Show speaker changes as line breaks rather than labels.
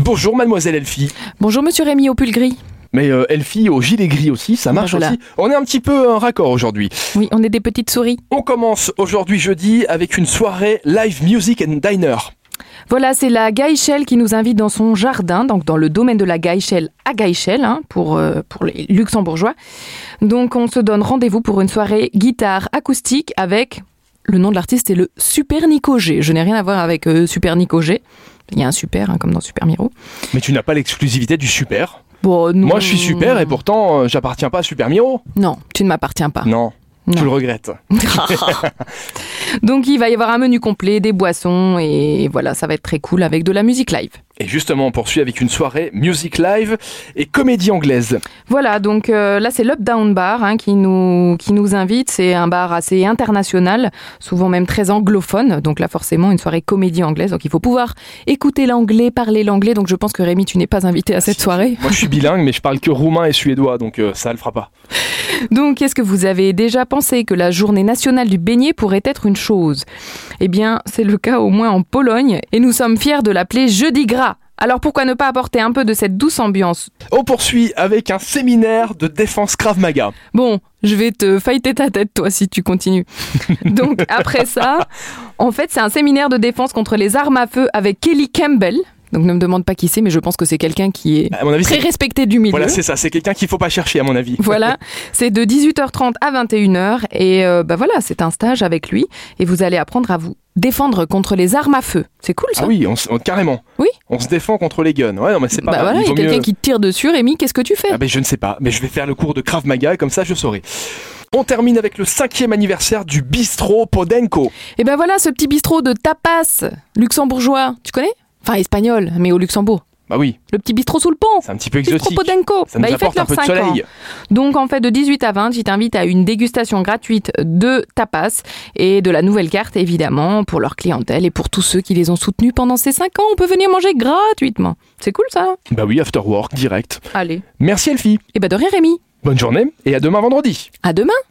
Bonjour mademoiselle Elfie.
Bonjour monsieur Rémi au pull gris.
Mais euh, Elfie au gilet gris aussi, ça marche
Voilà.
aussi. On est un petit peu en raccord aujourd'hui.
Oui, on est des petites souris.
On commence aujourd'hui jeudi avec une soirée live music and diner.
Voilà, c'est la Gaïchelle qui nous invite dans son jardin, donc dans le domaine de la Gaïchelle à Gaïchelle, hein, pour, euh, pour les luxembourgeois. Donc on se donne rendez-vous pour une soirée guitare acoustique avec le nom de l'artiste est le Super Nico G. Je n'ai rien à voir avec euh, Super Nico G. Il y a un super, hein, comme dans Super Miro.
Mais tu n'as pas l'exclusivité du super.
Bon, nous-
Moi je suis super et pourtant euh, j'appartiens pas à Super Miro.
Non, tu ne m'appartiens pas.
Non.
Ah. Non.
Tu le regrettes.
Donc il va y avoir un menu complet, des boissons et voilà, ça va être très cool avec de la musique live.
Et justement, on poursuit avec une soirée music live et comédie anglaise.
Voilà, donc euh, là c'est l'Up Down Bar hein, qui, nous, qui nous invite. C'est un bar assez international, souvent même très anglophone. Donc là forcément une soirée comédie anglaise. Donc il faut pouvoir écouter l'anglais, parler l'anglais. Donc je pense que Rémi, tu n'es pas invité à cette soirée.
Moi je suis bilingue mais je parle que roumain et suédois donc euh, ça le fera pas.
Donc est-ce que vous avez déjà pensé que la journée nationale du beignet pourrait être une chose Eh bien c'est le cas au moins en Pologne et nous sommes fiers de l'appeler jeudi gras. Alors pourquoi ne pas apporter un peu de cette douce ambiance
On poursuit avec un séminaire de défense Krav Maga.
Bon, je vais te fighter ta tête, toi, si tu continues. Donc, après ça, en fait, c'est un séminaire de défense contre les armes à feu avec Kelly Campbell. Donc, ne me demande pas qui c'est, mais je pense que c'est quelqu'un qui est
À mon avis,
très
Bah, c'est...
respecté du milieu.
Voilà, c'est ça, c'est quelqu'un qu'il faut pas chercher à mon avis.
Voilà, c'est de 18h30 à 21h. Et euh, bah voilà, c'est un stage avec lui. Et vous allez apprendre à vous défendre contre les armes à feu. C'est cool ça.
Ah oui, on, s- on- carrément.
Oui.
On se défend contre les guns. Ouais, non, mais c'est pas
bah
mal,
voilà, il y
vaut
a quelqu'un
mieux-
qui te tire dessus. Rémi, qu'est-ce que tu fais
Ah ben je ne sais pas, mais je vais faire le cours de Krav Maga et comme ça je saurai. On termine avec le cinquième anniversaire du bistrot Podenko.
Et ben voilà, ce petit bistrot de tapas luxembourgeois. Tu connais Enfin, espagnol, mais au Luxembourg.
Bah oui,
Le petit bistrot sous le pont.
c'est un petit peu
Petite
exotique.
Propodenko.
Ça nous
Bah, ils fêtent
apporte un
leurs
peu de
5 ans.
soleil.
Donc en fait de 18 à 20, je t'invite à une dégustation gratuite de tapas et de la nouvelle carte évidemment pour leur clientèle et pour tous ceux qui les ont soutenus pendant ces 5 ans. On peut venir manger gratuitement. C'est cool ça
Bah oui, after work, direct.
Allez.
Merci Elfie,
Et bah de rien Rémi.
bonne journée et à demain vendredi.
À demain